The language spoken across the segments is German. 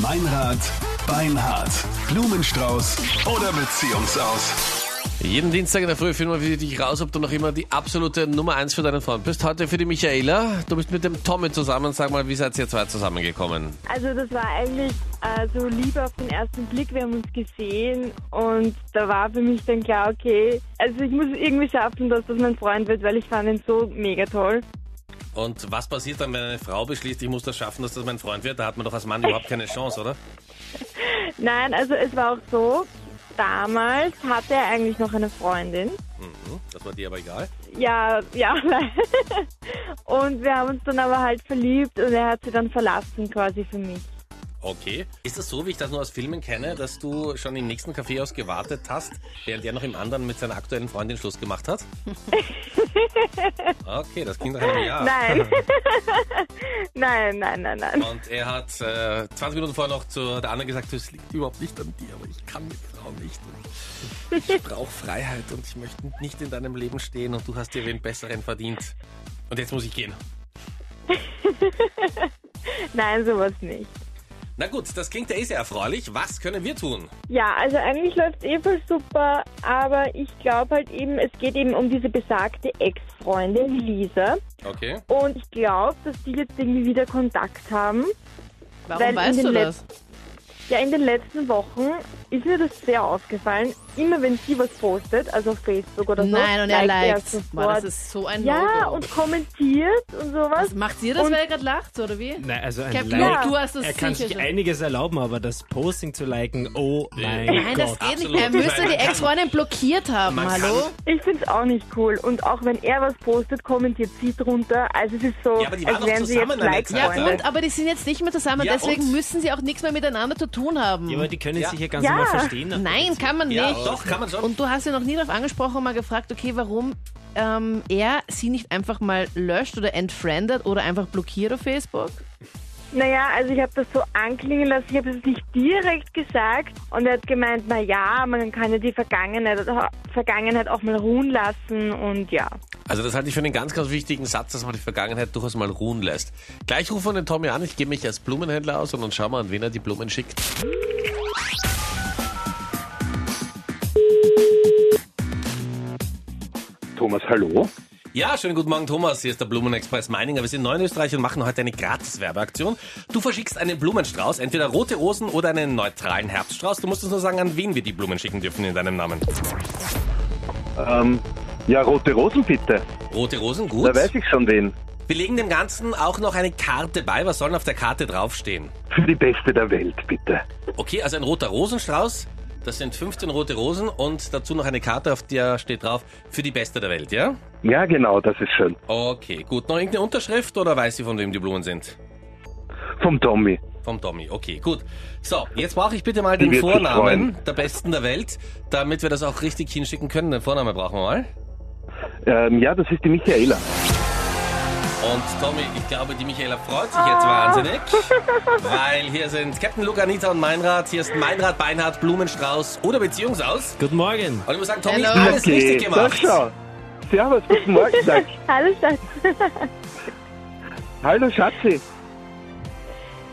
Meinrad, Beinhard, Blumenstrauß oder Beziehungsaus. Jeden Dienstag in der Früh finden wir für dich raus, ob du noch immer die absolute Nummer eins für deinen Freund bist. Heute für die Michaela. Du bist mit dem Tommy zusammen. Sag mal, wie seid ihr zwei zusammengekommen? Also das war eigentlich äh, so Liebe auf den ersten Blick. Wir haben uns gesehen und da war für mich dann klar, okay, also ich muss es irgendwie schaffen, dass das mein Freund wird, weil ich fand ihn so mega toll. Und was passiert dann, wenn eine Frau beschließt, ich muss das schaffen, dass das mein Freund wird? Da hat man doch als Mann überhaupt keine Chance, oder? Nein, also es war auch so, damals hatte er eigentlich noch eine Freundin. Mhm, das war dir aber egal. Ja, ja. und wir haben uns dann aber halt verliebt und er hat sie dann verlassen quasi für mich. Okay. Ist das so, wie ich das nur aus Filmen kenne, dass du schon im nächsten Kaffeehaus gewartet hast, während er noch im anderen mit seiner aktuellen Freundin Schluss gemacht hat? Okay, das klingt nach einem Jahr. Nein. nein, nein, nein, nein. Und er hat äh, 20 Minuten vorher noch zu der anderen gesagt, es liegt überhaupt nicht an dir, aber ich kann mit Frauen nicht. Ich brauche Freiheit und ich möchte nicht in deinem Leben stehen und du hast dir wen Besseren verdient. Und jetzt muss ich gehen. Nein, sowas nicht. Na gut, das klingt ja eh sehr erfreulich. Was können wir tun? Ja, also eigentlich läuft eh voll super, aber ich glaube halt eben, es geht eben um diese besagte Ex-Freundin Lisa. Okay. Und ich glaube, dass die jetzt irgendwie wieder Kontakt haben. Warum Weil in weißt den du das? Ja, in den letzten Wochen ist mir das sehr aufgefallen. Immer wenn sie was postet, also auf Facebook oder so. Nein, und er liked. sofort. Boah, das ist so ein ja, No-Go. und kommentiert und sowas. Macht ihr das, und- weil er gerade lacht, oder wie? Nein, also ein Captain, Ja. Like. du hast das Er kann sicher sich schon. einiges erlauben, aber das Posting zu liken, oh mein Nein, das Gott. geht nicht. Absolut. Er müsste Nein, die man kann- Ex-Freundin blockiert haben, Man hallo? kann- Ich find's auch nicht cool. Und auch wenn er was postet, kommentiert sie drunter. Also es ist so, Ja, aber die waren als doch wären sie zusammen jetzt eine like Zeit Ja, lang. Freunde. und, aber die sind jetzt nicht mehr zusammen, Ja, deswegen und? müssen sie auch nichts mehr miteinander zu tun haben. Ja, aber die können Ja. sich ja ganz Ja. normal verstehen. nach Nein, kann man Ja, nicht. doch, kann man schon. Und du hast ja noch nie darauf angesprochen und mal gefragt, okay, warum ähm, er sie nicht einfach mal löscht oder entfriendet oder einfach blockiert auf Facebook? Naja, also ich habe das so anklingen lassen, ich habe es nicht direkt gesagt und er hat gemeint, na ja, man kann ja die Vergangenheit, äh, Vergangenheit auch mal ruhen lassen und ja. Also das halte ich für einen ganz, ganz wichtigen Satz, dass man die Vergangenheit durchaus mal ruhen lässt. Gleich rufen wir den Tommy an, ich gebe mich als Blumenhändler aus und dann schauen wir, an wen er die Blumen schickt. Thomas, hallo. Ja, schönen guten Morgen Thomas, hier ist der Blumenexpress Meininger. Wir sind neu in Österreich und machen heute eine Gratis-Werbeaktion. Du verschickst einen Blumenstrauß, entweder rote Rosen oder einen neutralen Herbststrauß. Du musst uns nur sagen, an wen wir die Blumen schicken dürfen in deinem Namen. Ähm, ja, rote Rosen bitte. Rote Rosen, Da gut. weiß ich schon wen. Wir legen dem Ganzen auch noch eine Karte bei. Was soll auf der Karte draufstehen? Für die Beste der Welt, bitte. Okay, also ein roter Rosenstrauß. Das sind 15 rote Rosen und dazu noch eine Karte, auf der steht drauf, für die Beste der Welt, ja? Ja, genau, das ist schön. Okay, gut. Noch irgendeine Unterschrift oder weiß sie, von wem die Blumen sind? Vom Tommy. Vom Tommy. Okay, gut. So, jetzt brauche ich bitte mal den wird sich Vornamen freuen. der Besten der Welt, damit wir das auch richtig hinschicken können. Den Vornamen brauchen wir mal. Ähm, ja, das ist die Michaela. Und Tommy, ich glaube, die Michaela freut sich jetzt wahnsinnig, weil hier sind Captain Luke, Anita und Meinrad. Hier ist Meinrad, Beinhard, Blumenstrauß oder Beziehungsaus. Guten Morgen. Und ich muss sagen, Tommy, Hello. alles richtig Sag gemacht. schau. Servus, guten Morgen. Sag. Alles das. Hallo, Schatzi.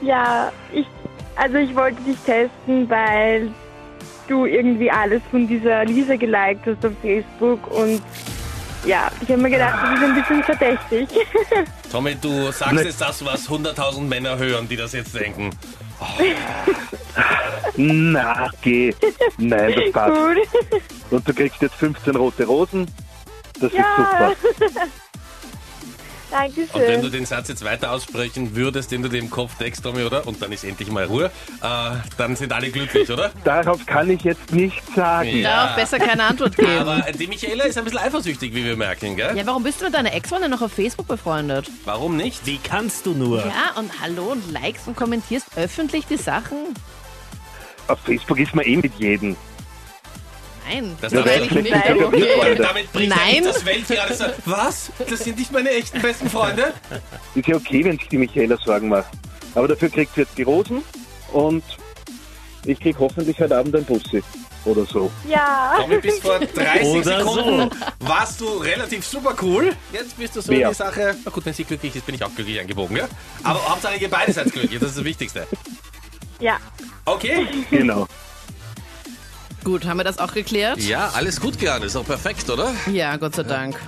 Ja, ich, also ich wollte dich testen, weil du irgendwie alles von dieser Lisa geliked hast auf Facebook und ja, ich habe mir gedacht, das ist ein bisschen verdächtig. Tommy, du sagst jetzt das, was 100.000 Männer hören, die das jetzt denken. Na, geh. Nein, das passt. Gut. Und du kriegst jetzt 15 rote Rosen. Das Ja. ist super. Und wenn du Dankeschön. den Satz jetzt weiter aussprechen würdest, den du dir im Kopf deckst, Tommy, oder? Und dann ist endlich mal Ruhe. Äh, dann sind alle glücklich, oder? Darauf kann ich jetzt nichts sagen. Darauf besser keine Antwort geben. Aber die Michaela ist ein bisschen eifersüchtig, wie wir merken, gell? ja, warum bist du mit deiner Ex-Freundin noch auf Facebook befreundet? Warum nicht? Wie kannst du nur? Ja, und hallo und likes und kommentierst öffentlich die Sachen? Auf Facebook ist man eh mit jedem. Nein, Das Ja, darf ist wer ich eigentlich ist nicht. nicht der Nein, okay. Freunde? Damit bricht Nein. er echt das Weltjahr. Das- Was? Das sind nicht meine echten besten Freunde? Ist ja okay, wenn sich die Michaela Sorgen macht. Aber dafür kriegt sie jetzt die Rosen und ich krieg hoffentlich heute Abend ein Bussi oder so. Ja. Tommy, bis vor 30 Oder so. Sekunden warst du relativ super cool. Jetzt bist du so Ja. in die Sache. Na gut, wenn sie glücklich ist, bin ich auch glücklich angebogen, gell? Aber Hauptsache ihr beide seid glücklich. Das ist das Wichtigste. Ja, Okay. Genau. Gut, haben wir das auch geklärt? Ja, alles gut gegangen. Ist auch perfekt, oder? Ja, Gott sei Dank.